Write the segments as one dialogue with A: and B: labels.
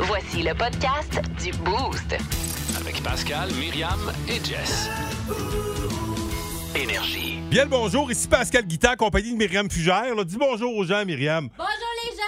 A: Voici le podcast du Boost.
B: Avec Pascal, Myriam et Jess. Énergie.
C: Bien le bonjour, ici Pascal Guitard, compagnie de Myriam Fugère. là. Dis bonjour aux gens, Myriam.
D: Bonjour les gens!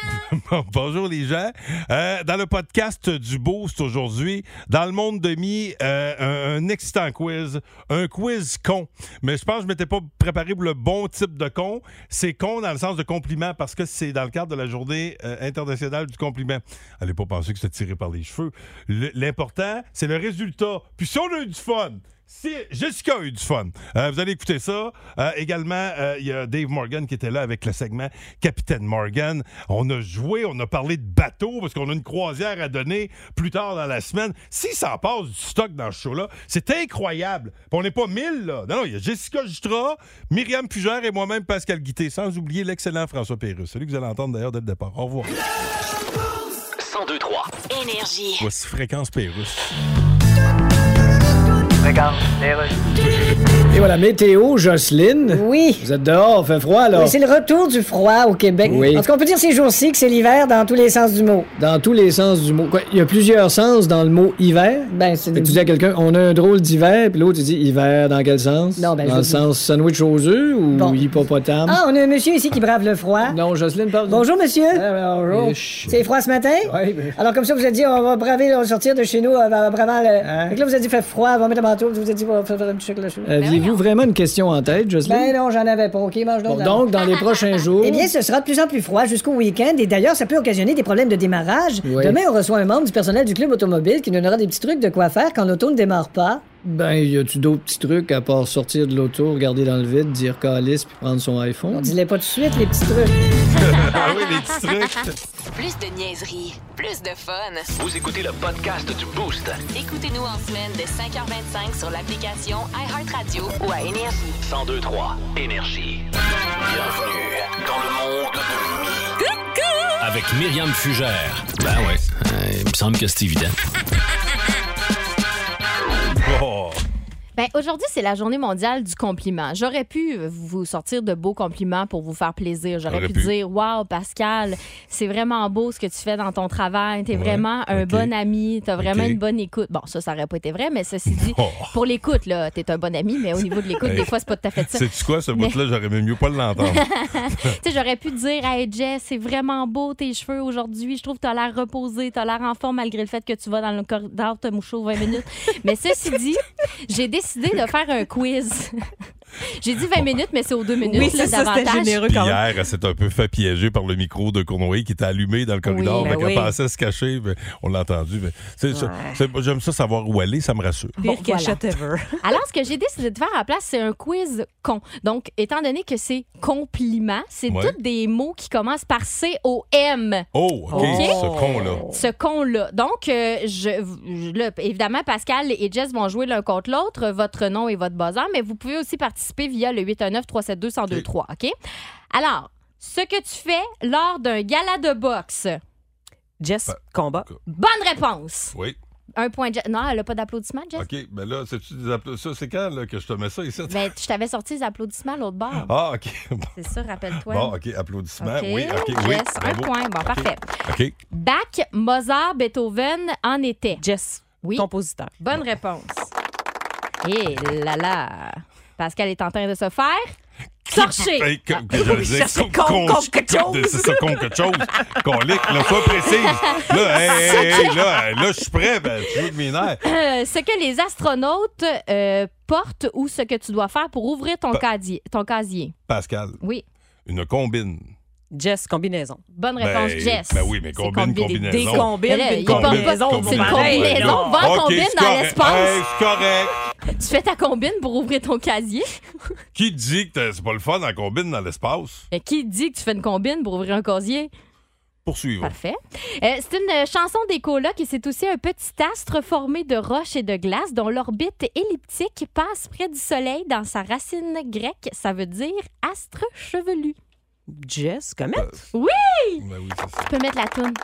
C: Bon, bonjour les gens. Euh, dans le podcast du Boost aujourd'hui, dans le monde de mi, euh, un, un excitant quiz, un quiz con. Mais je pense que je m'étais pas préparé pour le bon type de con. C'est con dans le sens de compliment parce que c'est dans le cadre de la journée euh, internationale du compliment. Allez pas penser que c'est tiré par les cheveux. Le- L'important, c'est le résultat. Puis si on a eu du fun, si Jessica a eu du fun. Euh, vous allez écouter ça. Euh, également, euh, il y a Dave Morgan qui était là avec le segment Capitaine Morgan. On a joué, on a parlé de bateau parce qu'on a une croisière à donner plus tard dans la semaine. Si ça en passe du stock dans ce show-là, c'est incroyable. Puis on n'est pas mille, là. Non, non, il y a Jessica Justra, Myriam Pugère et moi-même Pascal Guité, sans oublier l'excellent François Pérusse. Celui que vous allez entendre d'ailleurs dès le départ. Au revoir.
B: 1023.
A: Énergie.
C: Voici Fréquence Pérusse.
E: Et voilà, météo, Jocelyne.
F: Oui.
E: Vous êtes dehors, fait froid, là.
F: Oui, c'est le retour du froid au Québec.
E: Oui.
F: En tout cas, on peut dire ces jours-ci que c'est l'hiver dans tous les sens du mot.
E: Dans tous les sens du mot. Quoi, il y a plusieurs sens dans le mot hiver.
F: Ben, c'est...
E: Fait que tu dis à quelqu'un, on a un drôle d'hiver, puis l'autre, tu dis hiver dans quel sens?
F: Non, ben, je
E: dans le
F: dis-
E: sens sandwich aux œufs ou
F: Bon.
E: hippopotame?
F: Ah, on a un monsieur ici qui brave le froid.
E: Non, Jocelyne, parle.
F: Bonjour, monsieur.
E: Ah, ben, bonjour.
F: C'est froid ce matin?
E: Ouais, ben-
F: Alors, comme ça, vous avez dit, on va braver, on va sortir de chez nous, on va bravant le...
E: Hein?
F: Fait que là, vous avez dit, fait froid, on va mettre un manteau, vous avez dit, on va faire faire un petit choc là
E: Aviez-vous vraiment une question en tête, Jocelyne?
F: Ben non, j'en avais pas. OK, mange donc.
E: Bon,
F: dans-
E: donc, dans les prochains jours.
F: Eh bien, ce sera de plus en plus froid jusqu'au week-end et d'ailleurs, ça peut occasionner des problèmes de démarrage.
E: Oui.
F: Demain, on reçoit un membre du personnel du club automobile qui nous donnera des petits trucs de quoi faire quand l'auto ne démarre pas.
E: ben, y a-tu d'autres petits trucs à part sortir de l'auto, regarder dans le vide, dire calice, puis prendre son
F: On
E: iPhone?
F: dit les pas tout de suite, les petits trucs.
C: Ah oui, les petits trucs.
A: Plus de niaiserie, plus de fun.
B: Vous écoutez le podcast du Boost.
A: Écoutez-nous en semaine de 5h25 sur l'application iHeartRadio ou à Énergie.
B: 1023. Énergie. Bienvenue dans le monde de Mi.
G: Avec Myriam Fugère. Ben ouais, euh, il me semble que c'est évident.
C: Oh.
H: Ben, aujourd'hui, c'est la journée mondiale du compliment. J'aurais pu euh, vous sortir de beaux compliments pour vous faire plaisir. J'aurais
C: J'aurais
H: pu,
C: pu.
H: dire Waouh, Pascal, c'est vraiment beau ce que tu fais dans ton travail. T'es
C: Ouais,
H: vraiment un
C: ok.
H: bon ami. T'as vraiment
C: Ok.
H: une bonne écoute. Bon, ça, ça aurait pas été vrai, mais ceci dit,
C: Oh.
H: pour l'écoute, là, t'es un bon ami, mais au niveau de l'écoute, des fois, c'est pas tout à fait ça.
C: Sais-tu quoi, ce bout-là, j'aurais même mieux pas de l'entendre.
H: Tu sais, j'aurais pu dire, hey Jess, c'est vraiment beau tes cheveux aujourd'hui. Je trouve que tu as l'air reposé, tu as l'air en forme malgré le fait que tu vas dans le corridor te moucher aux 20 minutes. mais ceci dit, j'ai décidé de faire un quiz. j'ai dit 20 minutes, mais c'est aux 2 minutes
I: Oui,
H: là,
I: c'est ça, c'était
H: davantage.
I: généreux
C: Puis
I: quand même.
C: hier, elle s'est un peu fait piéger par le micro de Cournoyer qui était allumé dans le corridor.
H: Oui,
C: fait
I: ben
C: qu'elle
I: oui.
C: pensait se cacher. mais on l'a entendu. mais c'est- c'est- c'est- J'aime ça savoir où aller, ça me rassure.
I: Pire
H: Bon,
I: cachette ever.
H: Alors, ce que j'ai décidé de faire à la place, c'est un quiz con. Donc, étant donné que c'est compliment, c'est
C: Ouais.
H: tous des mots qui commencent par C-O-M.
C: Oh, OK,
I: Ok.
C: ce con-là.
H: ce con-là. Donc, euh, je, je- là, évidemment, Pascal et Jess vont jouer l'un contre l'autre, votre nom et votre buzzer, mais vous pouvez aussi participer via le 819-372-1023, OK? Alors, ce que tu fais lors d'un gala de boxe.
C: Ben.
I: Jess, combat.
H: Bonne réponse!
C: Oui,
H: Un point, Jess. Non, elle n'a pas d'applaudissements, Jess?
C: OK. Mais là, c'est-tu des appla- Ça, c'est quand là, que je te mets ça ici?
H: Ben, je t'avais sorti les applaudissements à l'autre bord.
C: Ah, OK.
H: C'est ça, rappelle-toi.
C: Bon, OK, applaudissements.
H: OK,
C: Oui, OK, oui.
H: Jess, un
C: bravo.
H: point. Bon,
C: OK.
H: parfait.
C: OK.
H: Bach, Mozart, Beethoven en était.
I: Jess,
H: Oui.
I: compositeur.
H: Bonne réponse. Et là là. Pascal est en train de se faire torcher.
C: Hey, que-
H: Ah,
C: que je le disais,
I: c'est
C: con-
I: con-
C: con-
I: con- quelque chose.
C: C'est ça, con quelque chose. Colique, là, pas précise. Là, hey, hey, hey, là, là, je suis prêt. Ben, tu veux de mes nerfs.
H: Euh, ce que les astronautes euh, portent ou ce que tu dois faire pour ouvrir ton,
C: Pa-
H: casier, ton casier.
C: Pascal,
H: Oui.
C: une combine.
I: Jess, combinaison.
H: Bonne
C: Ben,
H: réponse, Jess.
C: Ben oui, mais
H: C'est
C: combine,
H: combiné.
C: combinaison.
I: Des combines,
H: Mais là,
I: puis une
H: il porte
C: Combine,
H: pas-
I: combinaison.
H: c'est une
I: pareil.
H: combinaison.
I: Non.
H: Va en
C: Ok,
H: combine
C: c'est
H: dans
C: correct.
H: l'espace.
C: Hey, c'est correct.
H: Tu fais ta combine pour ouvrir ton casier.
C: Qui dit que t'as- c'est pas le fun en combine dans l'espace?
H: Mais qui dit que tu fais une combine pour ouvrir un casier?
C: Poursuivons.
H: Parfait. Euh, c'est une euh, chanson des colocs et c'est aussi un petit astre formé de roches et de glace dont l'orbite elliptique passe près du Soleil dans sa racine grecque. Ça veut dire astre chevelu.
I: Jess, comment?
C: Euh, Ben oui, c'est ça.
H: Tu peux mettre la toune.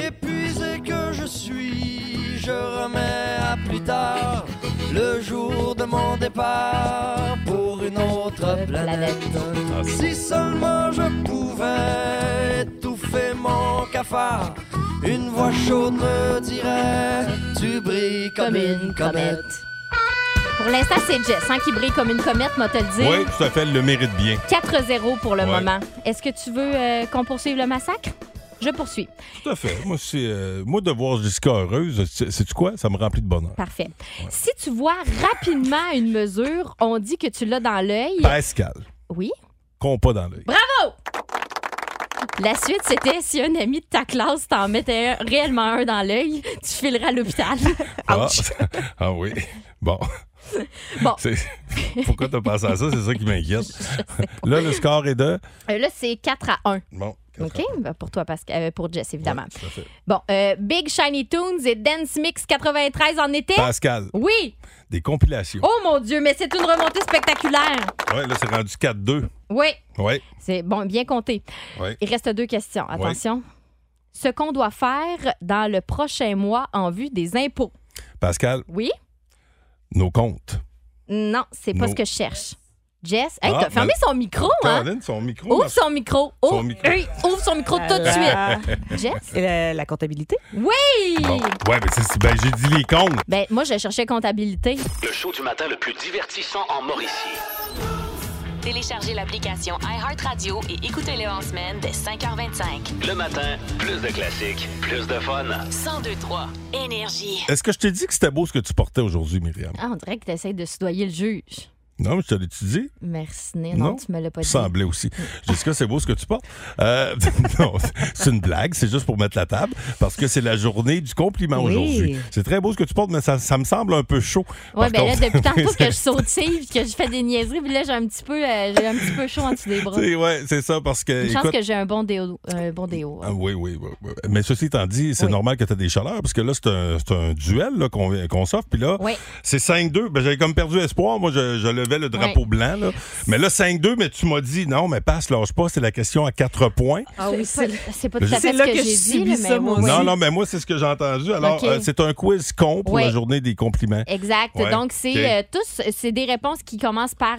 J: Épuisé que je suis, je remets à plus tard le jour de mon départ pour une autre planète. Si seulement je pouvais étouffer mon cafard Une voix chaude me dirait Tu brilles comme une comète.
H: Pour l'instant, c'est Jess hein, qui brille comme une comète, m'a te le dire.
C: Oui, tout à fait, elle le mérite bien.
H: 4-0 pour le
C: Ouais.
H: moment. Est-ce que tu veux euh, qu'on poursuive le massacre? Je poursuis.
C: Tout à fait. Moi, c'est, euh, moi de voir Jessica heureuse, c'est tu quoi? Ça me remplit de bonheur.
H: Parfait. Si tu vois rapidement une mesure, on dit que tu l'as dans l'œil.
C: Pascal,
H: Oui.
C: qu'on pas dans l'œil.
H: La suite, c'était si un ami de ta classe t'en mettait un- réellement un dans l'œil, tu filerais à l'hôpital.
C: Ah, ah oui. Bon.
H: Bon.
C: C'est- Pourquoi t'as pensé à ça? C'est ça qui m'inquiète. Là, le score est de.
H: Euh, Là, c'est 4 à 1.
C: Bon.
H: OK? Ben, Pour toi, parce pour Jess, évidemment.
C: Ouais, tout à fait.
H: Bon, euh, Big Shiny Tunes et Dance Mix 93 en été?
C: Pascal,
H: Oui!
C: des compilations.
H: Oh mon Dieu, mais c'est une remontée spectaculaire!
C: Ouais, là, c'est rendu 4-2.
H: Oui,
C: Ouais.
H: c'est bon, bien compté.
C: Ouais.
H: Il reste deux questions. Attention. Ce qu'on doit faire dans le prochain mois en vue des impôts.
C: Pascal,
H: Oui?
C: nos comptes.
H: Non, c'est pas
C: No.
H: ce que je cherche. Jess, hey,
C: Ah,
H: t'as fermé son micro, hein?
C: Caroline, son micro.
H: Ouvre
C: marche-
H: son micro. Ouvre,
C: micro.
H: Hey, ouvre son micro tout de suite.
I: Voilà.
H: Jess?
I: Et la, la comptabilité?
H: Oui!
C: Bon. Ouais, mais c'est- ben, j'ai dit les comptes.
H: Ben, moi, je cherchais comptabilité.
B: Le show du matin le plus divertissant en Mauricie.
A: Téléchargez l'application iHeartRadio et écoutez-le en semaine dès 5h25.
B: Le matin, plus de classiques, plus de fun.
A: 1023 Énergie.
C: Est-ce que je t'ai dit que c'était beau ce que tu portais aujourd'hui, Myriam?
H: Ah, on dirait que t'essayes de soudoyer le juge.
C: Non, mais je te l'ai dit.
H: Merci, Né. Eh Non,
C: Non.
H: tu me l'as pas dit. Mm.
C: Semblait aussi. Jessica, c'est beau ce que tu portes. Euh, non, c'est une blague, c'est juste pour mettre la table, parce que c'est la journée du compliment
I: Oui.
C: aujourd'hui. C'est très beau ce que tu portes, mais ça, ça me semble un peu chaud.
H: Ouais,
C: Par
H: ben là,
C: contre-
H: depuis tantôt que je sautille puis que je fais des niaiseries, puis là, j'ai un petit peu, euh, j'ai un petit peu chaud en dessous des bras.
C: C'est- ouais, c'est ça, parce que.
H: Une chance
C: euh, écoute-
H: que j'ai un bon déo. Un bon déo.
C: Ah, oui, oui, oui, oui. Mais ceci étant dit, c'est
H: Oui.
C: normal que tu as des chaleurs, parce que là, c'est un, c'est un duel là, qu'on qu'on s'offre. Puis là,
H: Oui.
C: c'est 5-2. Ben, J'avais comme perdu espoir. Moi, je, je levais le drapeau
H: Oui.
C: blanc. Là. Mais là, 5-2, mais tu m'as dit, non, mais passe, lâche pas, c'est la question à 4 points.
I: Ah oui,
H: C'est pas- c'est pas tout
C: C'est
H: à fait ce
I: là
H: que,
I: que je
H: j'ai dit,
I: subis
H: là,
I: ça,
H: mais
I: moi
H: oui.
I: aussi.
C: Non, non, mais moi, c'est ce que j'ai entendu. Alors,
H: Ok.
C: euh, c'est un quiz con pour
H: Ouais.
C: la journée des compliments.
H: Exact.
C: Ouais,
H: Donc, c'est
C: ok.
H: euh, tous, c'est des réponses qui commencent par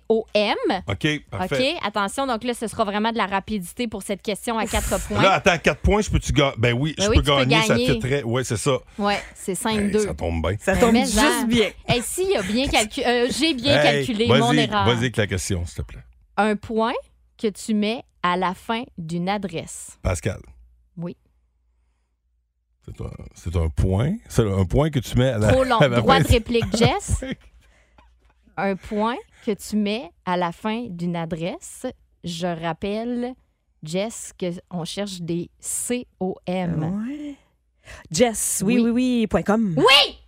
H: C-O-M.
C: OK,
H: euh, OK?
C: parfait.
H: Attention, donc là, ce sera vraiment de la rapidité pour cette question à quatre
C: Là,
H: points.
C: attends, 4 points, je peux-tu gagner? Ben oui,
H: Ben
C: je
H: oui,
C: peux
H: tu peux
C: gagner, ça
H: gagner.
C: titrait. Oui, c'est ça.
H: Ouais, c'est
C: Hey,
H: 5-2.
C: ça tombe bien.
I: Ça tombe
H: Mais
I: juste
H: genre-
I: bien.
H: Et si a bien calculé, euh, j'ai bien
C: Hey,
H: calculé
C: vas-y,
H: mon erreur.
C: Vas-y avec la question, s'il te plaît.
H: Un point que tu mets à la fin d'une adresse.
C: Pascal.
H: Oui.
C: C'est un, c'est un point. C'est un point que tu mets à la.
H: Trop long.
C: à la
H: Droit
C: fin-
H: de réplique, Jess. Un point que tu mets à la fin d'une adresse. Je rappelle, Jess, qu'on cherche des COM.
I: Ah Ouais. Jess, oui,
H: Oui.
I: oui, oui, point com.
H: Oui!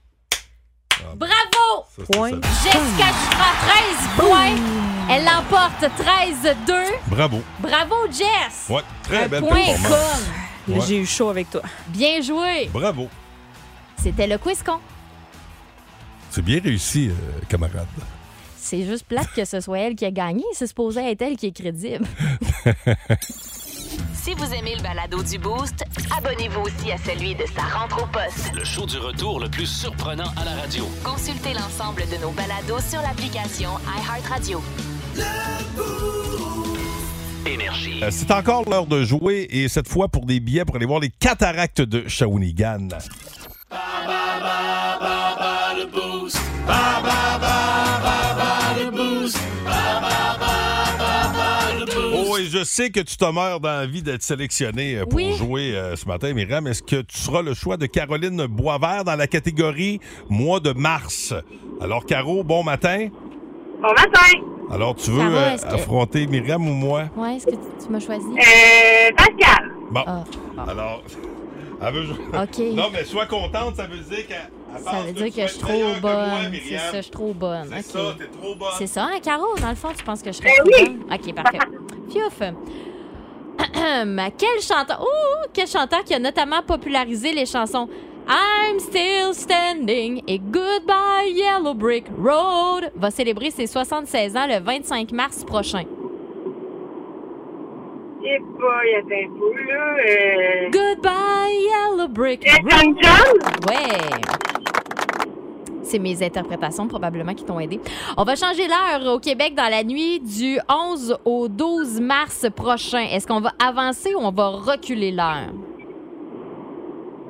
C: Ah,
H: Bravo!
C: ça, c'est
I: Point.
C: ça.
H: Jessica Jura, 13 points. Elle l'emporte 13-2.
C: Bravo.
H: Bravo, Jess!
C: Ouais, très
H: Un
C: belle
H: point
C: performance.
H: com.
C: Ouais.
I: J'ai eu chaud avec toi.
H: Bien joué!
C: Bravo.
H: C'était le quiz con.
C: C'est bien réussi, euh, camarade.
H: C'est juste plate que ce soit elle qui a gagné. C'est supposé être elle qui est crédible.
C: Euh,
A: Si vous aimez le balado du Boost, abonnez-vous aussi à celui de sa rentre au poste.
B: Le show du retour le plus surprenant à la radio.
A: Consultez l'ensemble de nos balados sur l'application iHeartRadio.
B: Énergie.
C: Euh, C'est encore l'heure de jouer et cette fois pour des billets pour aller voir les cataractes de Shawinigan. Oh, et je sais que tu te meurs d'envie d'être sélectionné euh, pour
H: Oui.
C: jouer euh, ce matin, Myriam. Est-ce que tu seras le choix de Caroline Boisvert dans la catégorie mois de mars? Alors, Caro, bon matin.
D: Bon matin.
C: Alors, tu veux
H: Caro,
C: euh,
H: est-ce que-
C: affronter Myriam ou moi?
H: Ouais, est-ce que tu, tu m'as choisi?
D: Euh, Pascal.
C: Bon.
H: Ah,
C: Alors, elle veut jouer.
H: OK.
C: Non, mais sois contente, hein. ça veut dire qu'elle elle
H: ça
C: pense
H: veut dire
C: tu
H: que
C: vas
H: je
C: être
H: suis
C: meilleure
H: trop
C: que moi,
H: bonne. C'est
C: Myriam.
H: ça, je suis trop bonne.
C: C'est
H: OK.
C: ça, t'es trop bonne.
H: C'est ça, hein, Caro? Dans le fond, tu penses que je serais
D: Ben
H: trop
D: oui.
H: bonne? OK, parfait. Fiouf. Ahem. quel chanteur... Ouh, quel chanteur qui a notamment popularisé les chansons I'm Still Standing et Goodbye Yellow Brick Road va célébrer ses 76 ans le 25 mars prochain.
D: Et Eh, boy, attends un peu, là. Euh...
H: Goodbye Yellow Brick
D: Elton
H: Road.
D: John?
H: Ouais. C'est mes interprétations probablement qui t'ont aidé. On va changer l'heure au Québec dans la nuit du 11 au 12 mars prochain. Est-ce qu'on va avancer ou on va reculer l'heure?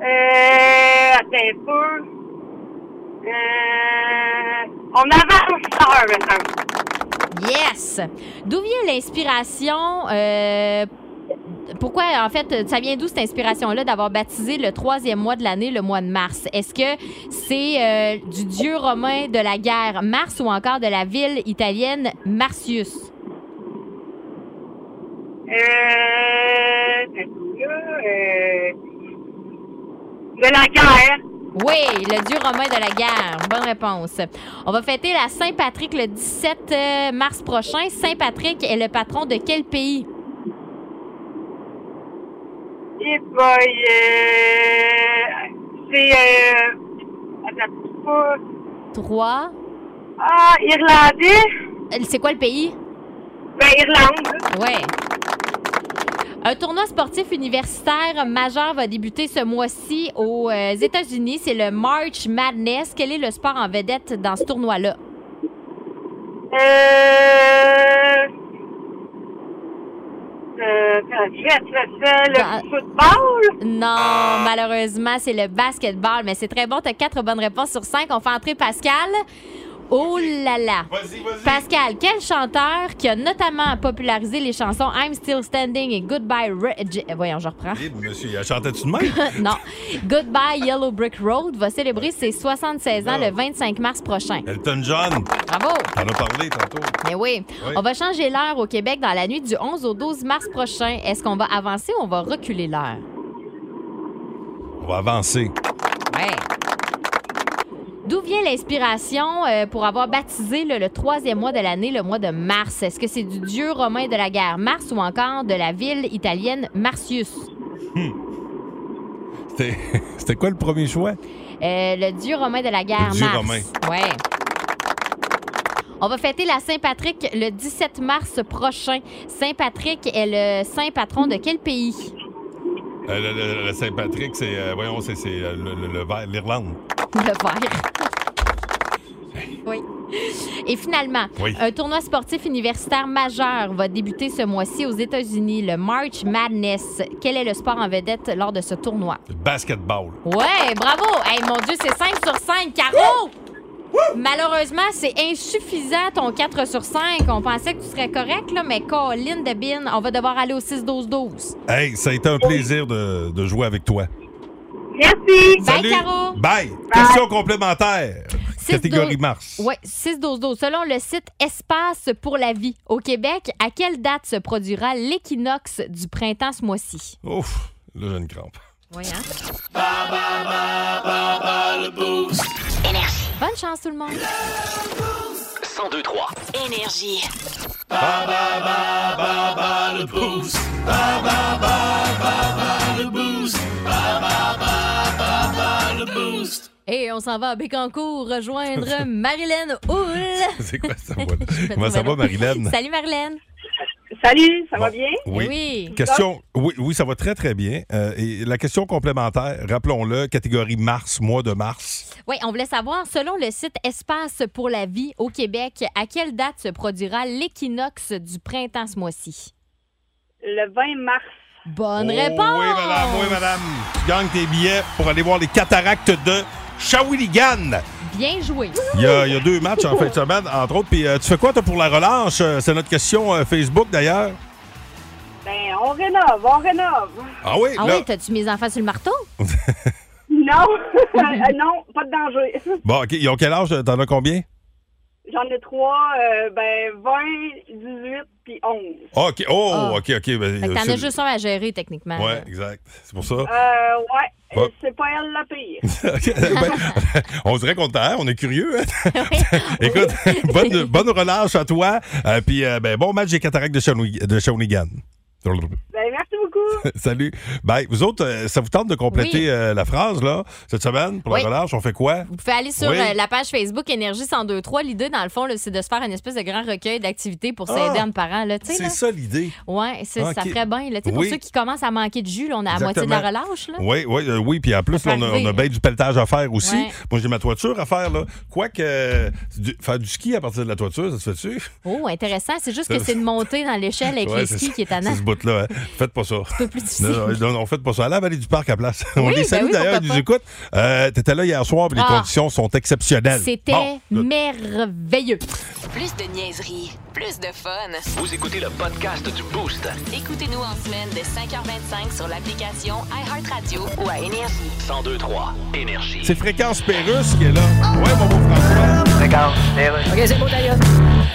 D: Euh, attends un peu. Euh, on avance Ah, star, maintenant.
H: Yes! D'où vient l'inspiration? euh, pourquoi, en fait, ça vient d'où cette inspiration-là d'avoir baptisé le troisième mois de l'année, le mois de mars? Est-ce que c'est euh, du dieu romain de la guerre Mars ou encore de la ville italienne Martius?
D: Euh, attends un peu, là, euh, de la guerre.
H: Oui, le dieu romain de la guerre. Bonne réponse. On va fêter la Saint-Patrick le 17 mars prochain. Saint-Patrick est le patron de quel pays?
D: Et boy, euh, c'est, euh, attends un petit peu.
H: Trois.
D: Ah, Irlandais?
H: Euh, C'est quoi le pays?
D: Ben, Irlande.
H: Ouais. Un tournoi sportif universitaire majeur va débuter ce mois-ci aux euh, États-Unis. C'est le March Madness. Quel est le sport en vedette dans ce tournoi-là?
D: Euh, euh, attends, je vais te faire ça,
H: Ben,
D: le football?
H: Non, malheureusement, c'est le basketball. Mais c'est très bon. Tu as quatre bonnes réponses sur cinq. On fait entrer Pascal. Oh là là!
C: Vas-y, vas-y.
H: Pascal, quel chanteur qui a notamment popularisé les chansons I'm Still Standing et Goodbye Red... Voyons, je reprends.
C: Eh, Monsieur, il a chanté tout de même.
H: Non. Goodbye Yellow Brick Road va célébrer ses 76 ans le 25 mars prochain.
C: Elton John,
H: Bravo!
C: t'en as parlé tantôt.
H: Mais oui,
C: Oui.
H: on va changer l'heure au Québec dans la nuit du 11 au 12 mars prochain. Est-ce qu'on va avancer ou on va reculer l'heure?
C: On va avancer.
H: Ouais. D'où vient l'inspiration euh, pour avoir baptisé le, le troisième mois de l'année, le mois de mars? Est-ce que c'est du dieu romain de la guerre Mars ou encore de la ville italienne Martius?
C: C'était c'était quoi le premier choix?
H: Euh, le dieu romain de la guerre,
C: Le dieu
H: Mars.
C: romain.
H: Ouais. On va fêter la Saint-Patrick le 17 mars prochain. Saint-Patrick est le saint patron de quel pays?
C: Euh, le le- le Saint-Patrick, c'est. euh, voyons, c'est c'est, euh, le, le- le vert- l'Irlande.
H: Le vert. Oui. Et finalement,
C: Oui.
H: un tournoi sportif universitaire majeur va débuter ce mois-ci aux États-Unis, le March Madness. Quel est le sport en vedette lors de ce tournoi?
C: Le basketball.
H: Ouais, bravo! Hey, mon Dieu, c'est 5 sur 5, Caro! Malheureusement, c'est insuffisant ton 4 sur 5. On pensait que tu serais correct, là, mais Colin de Bin, on va devoir aller au 6-12-12.
C: Hey, ça a été un plaisir de, de jouer avec toi.
D: Merci.
H: Bye,
C: Salut.
H: Caro.
C: Bye. Question complémentaire.
H: Six,
C: Catégorie
H: deux.
C: Mars.
H: Oui, 6-12-12. Selon le site Espace pour la vie au Québec, à quelle date se produira l'équinoxe du printemps ce mois-ci?
C: Ouf, là, j'ai une crampe.
H: Oui, hein? Bonne chance, tout le monde.
B: 1023.
A: Énergie.
H: Et on s'en va à Bécancourt rejoindre Marilyn Houle.
C: C'est quoi ça, moi? là?
H: pas
C: Comment ça va,
H: trop
C: Marilyn?
H: Salut, Marilyn.
D: Salut, ça va bien?
H: Oui.
C: Question, oui, oui, ça va très, très bien. Euh, et la question complémentaire, rappelons-le, catégorie mars, mois de mars.
H: Oui, on voulait savoir, selon le site Espace pour la vie au Québec, à quelle date se produira l'équinoxe du printemps ce mois-ci?
D: Le 20 mars.
H: Bonne
C: Oh,
H: réponse!
C: Oui, madame, oui, madame. Tu gagnes tes billets pour aller voir les cataractes de Shawinigan.
H: Bien joué.
C: Il y, a, il y a deux matchs en fin de semaine, entre autres. Puis euh, tu fais quoi, toi, pour la relâche? Euh, C'est notre question euh, Facebook, d'ailleurs.
D: Ben, on rénove, on rénove.
C: Ah oui,
H: Ah
C: là.
H: oui, t'as-tu mis enfants sur le marteau?
D: Non, Euh, non, pas de danger.
C: Bon, OK. Ils ont quel âge? T'en as combien?
D: J'en ai trois, euh, ben, 20, 18 puis 11.
C: Ah, OK. Oh,
H: Ah.
C: OK, OK. ben,
H: Fait que t'en
C: c'est-
H: as juste un Ah. à gérer, techniquement.
C: Ouais, exact. C'est pour ça.
D: Euh, ouais,
C: Bon.
D: c'est pas elle la pire.
C: OK. Ben, on serait content, on est curieux. hein? Écoute, bonne, bonne relâche à toi. Euh, puis euh, ben, bon match des cataractes de, Shawni- de Shawinigan.
D: Ben, merci beaucoup.
C: Salut. Bye. Vous autres, euh, ça vous tente de compléter
H: Oui.
C: euh, la phrase, là, cette semaine, pour
H: Oui.
C: la relâche? On fait quoi?
H: Vous pouvez aller sur
C: Oui.
H: euh, la page Facebook Énergie 1023. L'idée, dans le fond, là, c'est de se faire une espèce de grand recueil d'activités pour s'aider
C: Ah!
H: entre parents. Là, tu sais, là.
C: C'est ça l'idée.
H: Ouais, c'est- ça
C: Ok.
H: ferait bien. là. Tu sais,
C: Oui.
H: Pour ceux qui commencent à manquer de jus, là, on est à moitié de la
C: Exactement.
H: relâche. Là.
C: Oui, oui, euh, oui. Puis en plus,
H: Ça
C: là,
H: peut
C: on a, on
H: arriver.
C: a bien du pelletage à faire aussi.
H: Ouais.
C: Moi, j'ai ma toiture à faire, là. Quoique, euh, du- faire du ski à partir de la toiture, ça se fait-tu?
H: Oh, intéressant. C'est juste que c'est de monter dans l'échelle avec
C: Ouais,
H: les
C: c'est
H: skis
C: ça.
H: qui est
C: C'est
H: tannant.
C: ce bout-là. hein. Faites pas ça.
H: petit peu plus difficile.
C: Non, non, non, faites pas ça. Allez à la Vallée du Parc à place. On
H: Oui,
C: les
H: ben
C: salue
H: oui,
C: d'ailleurs,
H: pourquoi
C: ils nous
H: pas.
C: écoutent. Euh, T'étais là hier soir, puis les
H: Ah.
C: conditions sont exceptionnelles.
H: C'était
C: Bon, good.
H: merveilleux.
A: Plus de niaiserie, plus de fun.
B: Vous écoutez le podcast du Boost.
A: Écoutez-nous en semaine de 5h25 sur l'application iHeartRadio ou à Énergie.
B: 1023 Énergie.
C: C'est Fréquence Pérusse qui est là. Ouais, mon beau François.
F: OK, c'est bon, d'ailleurs.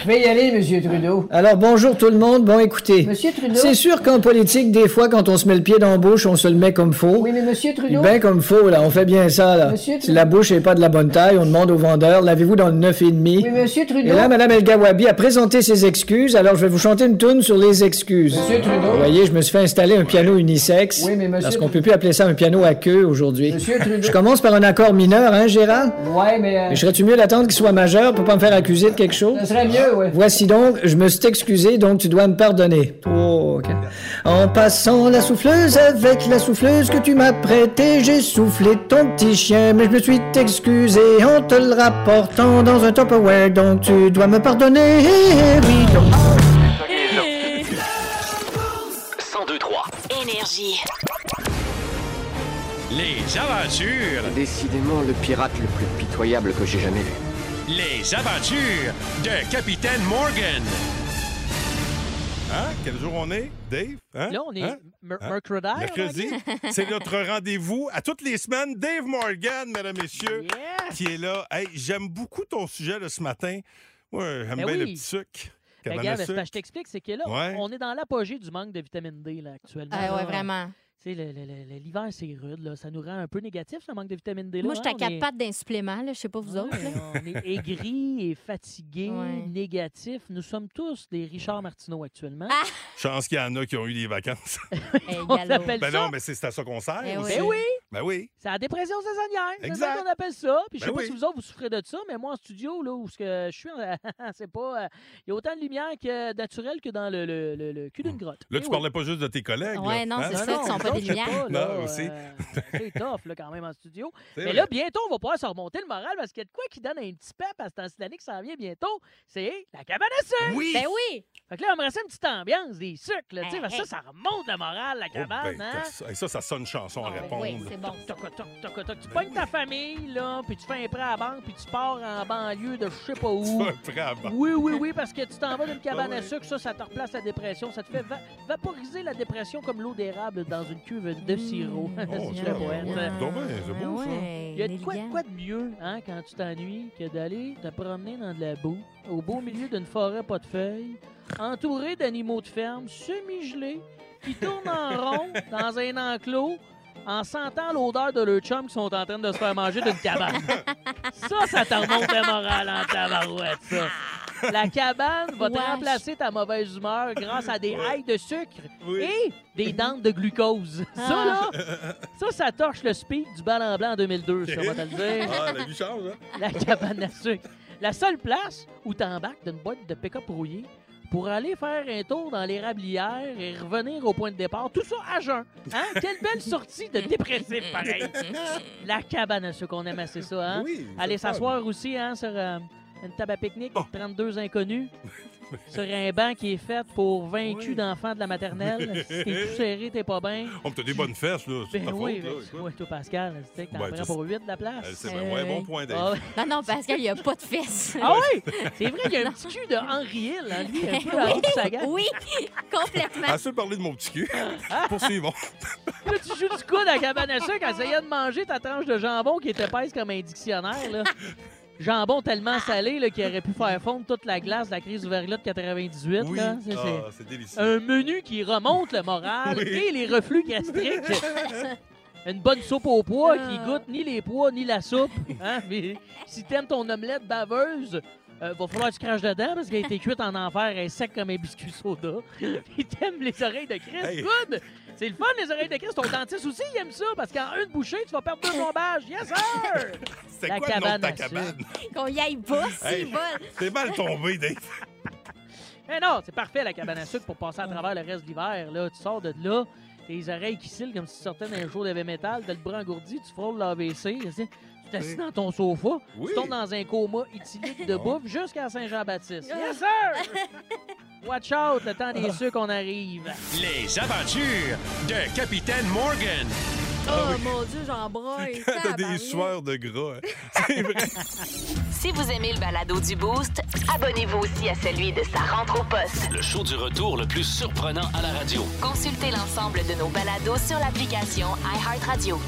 F: Je vais y aller, Monsieur Trudeau.
E: Alors bonjour tout le monde, bon écoutez.
F: Monsieur Trudeau.
E: C'est sûr qu'en politique, des fois, quand on se met le pied dans la bouche, on se le met comme faux.
F: Oui, mais Monsieur Trudeau.
E: Ben comme faux, là, on fait bien ça, là.
F: Monsieur Trudeau.
E: si la bouche n'est pas de la bonne taille, on demande au vendeur, l'avez-vous dans le 9,5?
F: Oui, Monsieur
E: Et
F: Trudeau.
E: là, Mme El Gawabi a présenté ses excuses, alors je vais vous chanter une tune sur les excuses.
F: Monsieur Trudeau.
E: Vous voyez, je me suis fait installer un piano unisexe.
F: Oui, mais monsieur
E: Parce qu'on
F: Trudeau.
E: peut plus appeler ça un piano à queue aujourd'hui.
F: Monsieur Trudeau.
E: Je commence par un accord mineur, hein, Gérard?
F: Ouais, mais. euh,
E: Mais serais-tu mieux d'attendre qu'il soit majeur pour pas me faire accuser de quelque chose?
F: Ce serait mieux, ouais.
E: Voici donc, je me suis excusé, donc tu dois me pardonner. Oh, ok. En passant la souffleuse avec la souffleuse que tu m'as prêtée, j'ai soufflé ton petit chien, mais je me suis excusé en te le rapportant dans un Tupperware, donc tu dois me pardonner. Oui, donc.
B: 1023
A: Énergie.
G: Les aventures,
J: Décidément le pirate le plus pitoyable que j'ai jamais vu.
G: les aventures de Capitaine Morgan.
C: Hein? Quel jour on est, Dave? Hein?
K: Là, on est
C: Hein?
K: mer-
C: Hein?
K: mercredi. on
C: Mercredi. C'est notre rendez-vous à toutes les semaines. Dave Morgan, mesdames, messieurs,
K: dit? Yeah!
C: qui est là. Hey, j'aime beaucoup ton sujet de ce matin. Ouais, j'aime
K: Ben
C: bien le
K: oui.
C: petit sucre.
K: Ben,
C: Cabane à
K: gars, ben, c'est
C: sucre.
K: parce que je t'explique, c'est que là,
C: Ouais.
K: on est dans l'apogée du manque de vitamine D là, actuellement.
H: Ah ouais,
K: là.
H: vraiment.
K: Tu sais, le- le- le- le- l'hiver, c'est rude. Là. Ça nous rend un peu négatif, ce manque de vitamine D. Là,
H: Moi, j'étais à
K: hein, on
H: quatre
K: est-
H: pattes d'un supplément, là, je sais pas vous autres. là.
K: Ouais, on est aigri et fatigué,
H: Ouais.
K: négatif. Nous sommes tous des Richard Martineau actuellement.
H: Ah!
C: Chance qu'il y en a qui ont eu des vacances.
H: Hey,
K: On
H: galop.
K: s'appelle
C: ben
K: ça.
C: non, mais c'est c'est à ça qu'on sert.
H: Ben
C: aussi.
K: Ben oui,
C: Ben oui.
K: c'est la dépression saisonnière. C'est
C: Exact.
K: ça qu'on appelle ça. Puis je sais
C: Ben
K: pas
C: oui.
K: si vous autres, vous souffrez de ça, mais moi, en studio, là, où ce que je suis, en- c'est pas. euh, Il y a autant de lumière que euh, naturelle que dans le, le- le- le cul d'une grotte.
C: Là,
K: Eh
C: tu
K: oui.
C: parlais pas juste de tes collègues.
H: Ouais,
C: là.
H: non,
C: Hein?
H: c'est ça, qui sont
K: nous
H: pas des
K: autres, je sais
H: lumières.
K: là,
C: Non, aussi.
K: euh, c'est tough, là, quand même, en studio.
C: C'est
K: Mais
C: vrai.
K: là, bientôt, on va pouvoir se remonter le moral parce qu'il y a de quoi qui donne un petit pep à cette temps-ci d'année qui s'en vient bientôt. C'est la cabane à sucre.
C: Oui!
H: Ben oui!
K: Fait que là, on me reste une petite ambiance, des sucres, là, tu sais,
H: Hey,
K: parce que
H: hey.
K: ça, ça remonte le moral, la
C: Oh, ben,
K: cabane, hein?
C: t'as ça- hey, ça, ça sonne chanson à
H: Ah,
C: répondre.
H: oui, c'est bon.
K: Toc, toc, toc, toc, toc.
C: Ben
K: Tu pognes ta famille, là, puis tu fais un prêt à la banque, puis tu pars en banlieue de je sais pas
C: Tu
K: où.
C: vas prêt à battre.
K: Oui, oui, oui, parce que tu t'en vas d'une cabane
C: Ah ouais.
K: à sucre, ça, ça te replace la dépression. Ça te fait va- vaporiser la dépression comme l'eau d'érable dans une cuve de sirop.
C: Oh,
K: Si je
C: ça,
K: le poète.
C: ouais, donc ben, c'est beau, ça.
K: Il y a de quoi, quoi de mieux hein, quand tu t'ennuies que d'aller te promener dans de la boue, au beau milieu d'une forêt pas de feuilles, entouré d'animaux de ferme semi-gelés qui tournent en rond dans un enclos en sentant l'odeur de leurs chums qui sont en train de se faire manger d'une cabane. Ça, ça te remonte le moral en tabarouette, ça. La cabane va te
H: Wesh.
K: remplacer ta mauvaise humeur grâce à des hailles de sucre
C: Oui.
K: et des dents de glucose. Ça, là,
H: Ah.
K: ça, ça torche le speed du bal en blanc en 2002, ça, on va te le dire.
C: Ah, la vie change, hein?
K: La cabane à sucre. La seule place où t'embarques d'une boîte de pick-up rouillée pour aller faire un tour dans l'érablière et revenir au point de départ. Tout ça à jeun. Hein? Quelle belle sortie de dépressif, pareil. Mm. La cabane à sucre, on aime assez ça, hein?
C: Oui.
K: Aller
C: c'est le fun.
K: s'asseoir aussi hein, sur euh, une table à pique-nique,
C: Oh.
K: 32 inconnus, sur un banc qui est fait pour 20 culs d'enfants de la maternelle. Si t'es tout serré, t'es pas bien.
C: On te des bonnes fesses, là. C'est
K: Ben
C: ta
K: oui,
C: faute, là.
K: ben, ouais, toi, Pascal, tu sais que t'en
C: Ben,
K: prends
C: tu-
K: pour 8 de la
C: Elle,
K: place.
C: C'est ben, ouais,
H: Euh,
C: bon point, Dave.
K: Ah ouais.
H: Non, non, Pascal, il n'y a pas de fesses.
K: Ah oui! C'est vrai qu'il y a un petit cul de Henri Hill, hein, lui, un peu Henri de Sagan.
H: Oui, complètement.
C: Assez parlé de mon petit cul. Poursuivons.
K: Là, tu joues du coude à la cabane à sucre en essayant de manger ta tranche de jambon qui était épaisse comme un dictionnaire, là. Jambon tellement salé là, qu'il aurait pu faire fondre toute la glace de la crise du verglas de 98.
C: Oui.
K: là. Ça, c'est-
C: Ah, c'est délicieux.
K: un menu qui remonte le moral
C: Oui.
K: et les reflux gastriques. Une bonne soupe au pois qui goûte ni les pois ni la soupe. Hein? Mais si t'aimes ton omelette baveuse, euh, va falloir que tu craches dedans parce qu'elle a été cuite en enfer, elle est sec comme un biscuit soda. Puis t'aimes les oreilles de Christ,
C: Hey.
K: good! C'est le fun, les oreilles de Christ. Ton dentiste aussi, il aime ça parce qu'en une bouchée, tu vas perdre deux bombages. Yes, sir!
C: C'était
K: la
C: quoi le nom de
K: cabane à
C: ta cabane?
H: Qu'on y aille pas, si
C: Hey.
H: bon.
C: T'es mal tombé, Dave.
K: Mais Eh non, c'est parfait la cabane à sucre pour passer à travers le reste de l'hiver. Là, tu sors de là, tes oreilles qui cillent comme si tu sortais d'un jour d'AV métal, t'as le bras engourdi, tu frôles l'AVC, tu sais, tu t'assis dans ton sofa,
H: Ah.
C: Oui.
K: tu tombes dans un coma éthylique de bouffe jusqu'à Saint-Jean-Baptiste. Yes, sir! Watch out, le temps
C: Ah.
K: des sucres, on arrive.
L: Les aventures de Capitaine Morgan.
H: Oh mon Dieu, j'en broille.
C: Ah T'as des sueurs de gras. hein. C'est vrai.
A: Si vous aimez le balado du Boost, abonnez-vous aussi à celui de sa rentre au poste.
G: Le show du retour le plus surprenant à la radio.
A: Consultez l'ensemble de nos balados sur l'application iHeartRadio.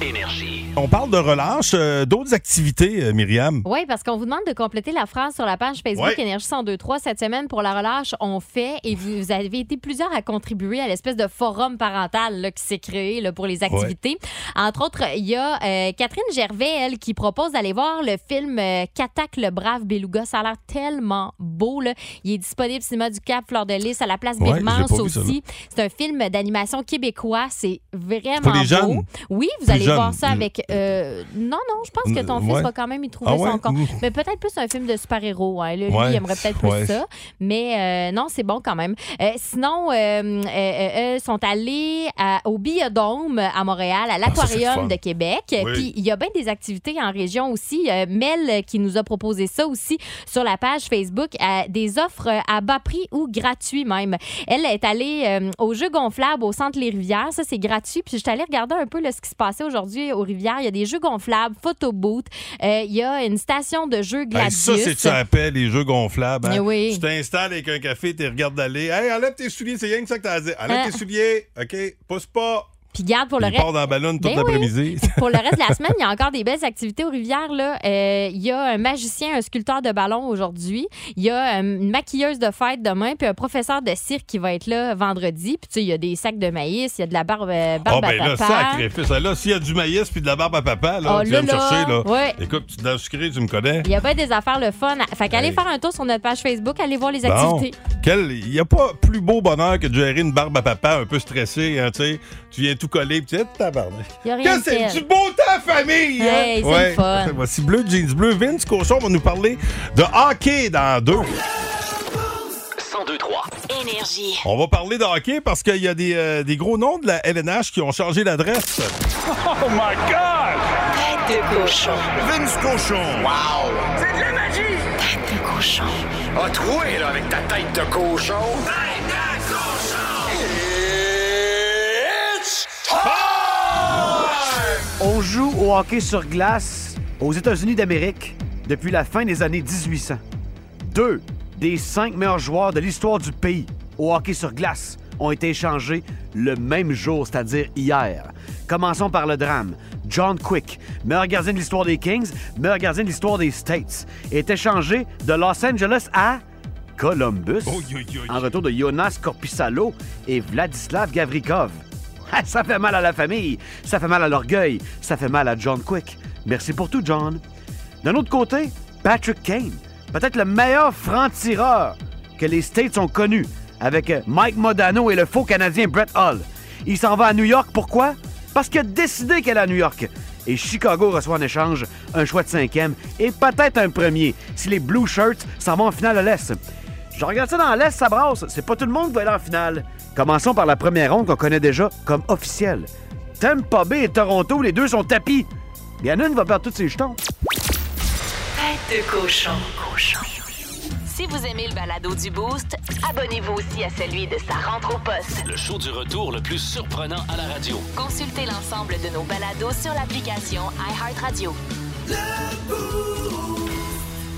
B: Énergie.
C: On parle de relâche, euh, d'autres activités, euh, Myriam.
H: Oui, parce qu'on vous demande de compléter la phrase sur la page Facebook
C: Ouais.
H: Énergie 1023 cette semaine pour la relâche. On fait et vous, vous avez été plusieurs à contribuer à l'espèce de forum parental là, qui s'est créé là, pour les activités. Entre autres, il y a euh, Catherine Gervais, elle, qui propose d'aller voir le film euh, Qu'attaque le brave Beluga. Ça a l'air tellement beau. là. Il est disponible au cinéma du Cap, Fleur de Lys, à la place
C: Ouais,
H: Birmans
C: j'ai pas vu ça,
H: aussi. C'est un film d'animation québécois. C'est vraiment
C: Pour les
H: beau.
C: jeunes?
H: Oui, vous
C: Plus
H: allez voir
C: jeunes.
H: ça avec. euh, non, non, je pense pense que ton
C: Ouais.
H: fils va quand même y trouver
C: Ah ouais?
H: son compte.
C: Ouh.
H: Mais peut-être plus un film de super-héros. hein. Là, Lui,
C: Ouais.
H: il aimerait peut-être plus
C: Ouais.
H: ça. Mais euh, non, c'est bon quand même. Euh, sinon, euh, euh, euh, euh, sont allés à- au Biodôme à Montréal, à
C: Ah,
M: ça, c'est le
H: l'Aquarium
M: fun.
H: de Québec. Euh,
M: Oui.
H: Puis il y a bien des activités en région aussi. Euh, Mel euh, qui nous a proposé ça aussi sur la page Facebook, euh, des offres euh, à bas prix ou gratuit même. Elle est allée euh, au jeu gonflable au centre Les Rivières. Ça, c'est gratuit. Puis je suis allée regarder un peu là, ce qui se passait aujourd'hui aux Rivières. Il y a des jeux gonflables, photoboot. Euh, il y a une station de jeux
C: Hey,
H: Gladius.
C: ça, c'est tu appelles les jeux gonflables. hein.
H: Eh oui.
C: Tu t'installes avec un café, tu regardes d'aller. Hey, enlève tes souliers, c'est rien que ça que t'as à dire. Enlève
H: Ah.
C: tes souliers, OK, pousse pas.
H: Puis garde pour le
C: Il part
H: reste.
C: dans la ballonne toute
H: Ben oui.
C: l'après-midi.
H: pour le reste de la semaine, il y a encore des belles activités aux rivières. là. Euh, il y a un magicien, un sculpteur de ballon aujourd'hui. Il y a euh, une maquilleuse de fête demain, puis un professeur de cirque qui va être là vendredi. Puis tu sais, il y a des sacs de maïs, il y a de la barbe, euh, barbe
C: Ah ben
H: à
C: là,
H: papa.
C: sacrifice. Là, s'il y a du maïs puis de la barbe à papa, là,
H: Ah,
C: tu
H: là,
C: viens me chercher, là.
H: là. Ouais.
C: Écoute, petite dame sucrée, tu me connais.
H: Il y a bien des affaires le fun. Fait qu'allez
C: Hey.
H: faire un tour sur notre page Facebook, allez voir les
C: Bon.
H: activités.
C: Quel- Il n'y a pas plus beau bonheur que de gérer une barbe à papa un peu stressée, hein, tu sais. Tu viens tout coller, puis tu dis, tabarnak.
H: Il y a rien
C: Que c'est
H: de tel.
C: du beau temps, famille! hein?
H: Hey, c'est
C: Ouais.
H: le fun.
C: Voici Bleu Jeans Bleu. Vince Cochon va nous parler de hockey dans deux.
B: 1023.
A: Énergie.
C: On va parler de hockey parce qu'il y a des, euh, des gros noms de la LNH qui ont changé d'adresse.
B: Oh my God!
A: Tête de cochon.
B: Vince cochon. Wow! C'est de la magie!
A: Tête de cochon.
B: A troué, là, avec ta tête de cochon. Tête de cochon! It's
N: On joue au hockey sur glace aux États-Unis d'Amérique depuis la fin des années 1800. Deux des cinq meilleurs joueurs de l'histoire du pays au hockey sur glace ont été échangés le même jour, c'est-à-dire hier. Commençons par le drame. John Quick, meilleur gardien de l'histoire des Kings, meilleur gardien de l'histoire des States, est échangé de Los Angeles à Columbus. En retour de Jonas Korpisalo et Vladislav Gavrikov. Ah, Ça fait mal à la famille, ça fait mal à l'orgueil, ça fait mal à John Quick. Merci pour tout, John. D'un autre côté, Patrick Kane, peut-être le meilleur franc-tireur que les States ont connu, avec euh, Mike Modano et le faux Canadien Brett Hull. Il s'en va à New York, pourquoi? Parce qu'il a décidé qu'elle est à New York. Et Chicago reçoit en échange un choix de cinquième et peut-être un premier si les Blue Shirts s'en vont en finale à l'Est. Je regarde ça dans l'Est, ça brasse. C'est pas tout le monde qui va aller en finale. Commençons par la première ronde qu'on connaît déjà comme officielle. Tampa Bay et Toronto, les deux sont tapis. Bien une va perdre tous ses jetons.
A: Tête de cochon. Si vous aimez le balado du Boost, abonnez-vous aussi à celui de sa rentre au poste.
G: Le show du retour le plus surprenant à la radio.
A: Consultez l'ensemble de nos balados sur l'application iHeartRadio.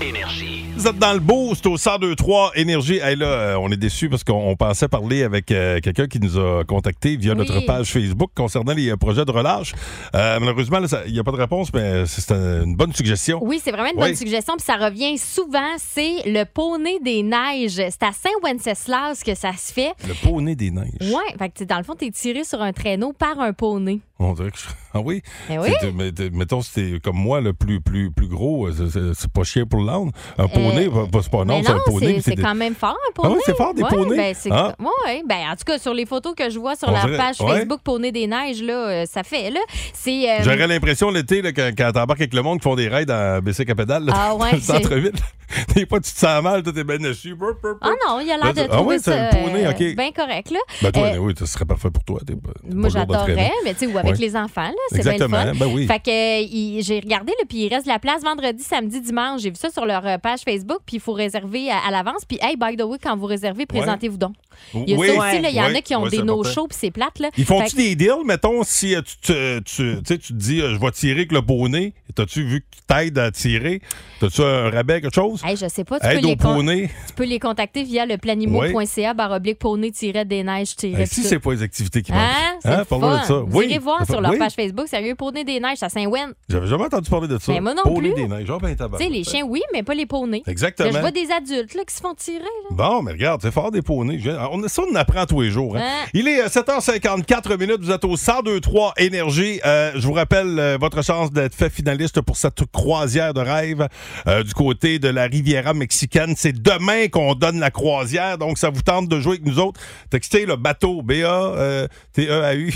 B: Énergie.
C: Vous êtes dans le boost au 1023 Énergie. Hey, là, euh, on est déçus parce qu'on on pensait parler avec euh, quelqu'un qui nous a contacté via
O: Oui.
C: notre page Facebook concernant les euh, projets de relâche. Euh, malheureusement, là, ça- il n'y a pas de réponse, mais c'est un- une bonne suggestion.
H: Oui, c'est vraiment une
C: Oui.
H: bonne suggestion. Puis ça revient souvent, c'est le poney des neiges. C'est à Saint-Wenceslas que ça se fait.
C: Le poney des neiges.
H: Ouais, fait que, tu sais, dans le fond, t'es tiré sur un traîneau par un poney.
C: On dirait que je- Ah oui?
H: Eh oui.
C: C'est- mais- t'es- mettons, c'était comme moi, le plus, plus, plus gros, euh, c'est- c'est c'est pas chien pour le l'âne. Un poney, pas- pas- c'est pas un
H: Euh, Eh. Mais
C: âne, c'est un
H: non,
C: poney. puis
H: c'est c'est
C: des-
H: quand même fort, un
C: Ah oui,
H: poney.
C: c'est fort, des
H: Ouais,
C: poneys.
H: Ben, c'est-
C: Hein?
H: ouais, ouais. Ben, en tout cas, sur les photos que je vois sur
C: On
H: la
C: dirait-
H: page
C: ouais.
H: Facebook Poney des Neiges, là, euh, ça fait, là. C'est. euh,
C: J'aurais l'impression l'été, là, quand, quand t'embarques avec le monde qui font des raids à BC Capédale, là,
H: Ah ouais,
C: dans le
H: c'est-
C: centre-ville, des fois tu te sens mal, toi t'es bien dessus. Brr, brr,
H: Ah
C: brr.
H: non, il a l'air de
C: Ah
H: trouver
C: ouais, c'est
H: ça
C: un poney,
H: euh,
C: ok.
H: bien correct, là.
C: Ben toi,
H: Euh,
C: oui, ce serait parfait pour toi. t'es pas- t'es
H: Moi,
C: pas lourd
H: j'adorerais,
C: d'entraînement.
H: mais tu sais, ou avec
C: Ouais.
H: les enfants, là, c'est bien le
C: Exactement,
H: fun.
C: ben oui.
H: Fait que euh, il- j'ai regardé, là, puis il reste de la place vendredi, samedi, dimanche. J'ai vu ça sur leur euh, page Facebook, puis il faut réserver à, à l'avance. Puis, hey, by the way, quand vous réservez, présentez-vous donc. Il y a
C: Oui.
H: ça aussi, là, il y en
C: Ouais.
H: a qui ont
C: Ouais,
H: des
C: c'est important.
H: no-shows, puis c'est plate. Là.
C: Ils
H: Fait
C: font-tu
H: que-
C: des deals, mettons, si euh, tu te, tu, tu sais, tu te dis euh, je vais tirer avec le poney, t'as-tu vu que tu t'aides à tirer? T'as-tu un rabais, quelque chose?
H: Hey, je sais pas, tu,
C: Aide
H: peux
C: au
H: les con-
C: poney.
H: tu peux les contacter via le planimo.ca barre oblique poney des neiges
C: Hey, si c'est pas les activités qui
H: Hein?
C: manquent.
H: C'est le
C: parle-moi
H: fun.
C: de ça.
H: Vous
C: Oui.
H: irez voir sur leur
C: Oui.
H: page Facebook, sérieux, poney des neiges à Saint-Wen.
C: J'avais jamais entendu parler de ça.
H: Mais moi non
C: Poney
H: plus.
C: des neiges. Ah, ben,
H: Tu
C: tabarnak.
H: sais, les chiens, oui, mais pas les poneys.
C: Exactement.
H: Là, Je vois des adultes là, qui se font tirer. là.
C: Bon, mais regarde, c'est fort des poneys. Je- On, ça, on en apprend tous les jours. hein.
H: Hein?
C: Il est euh, 7h54 minutes. Vous êtes au 1023 Énergie. Euh, je vous rappelle euh, votre chance d'être fait finaliste pour cette croisière de rêve euh, du côté de la Riviera mexicaine. C'est demain qu'on donne la croisière. Donc, ça vous tente de jouer avec nous autres. Textez le bateau euh, B-A-T-E-A-U.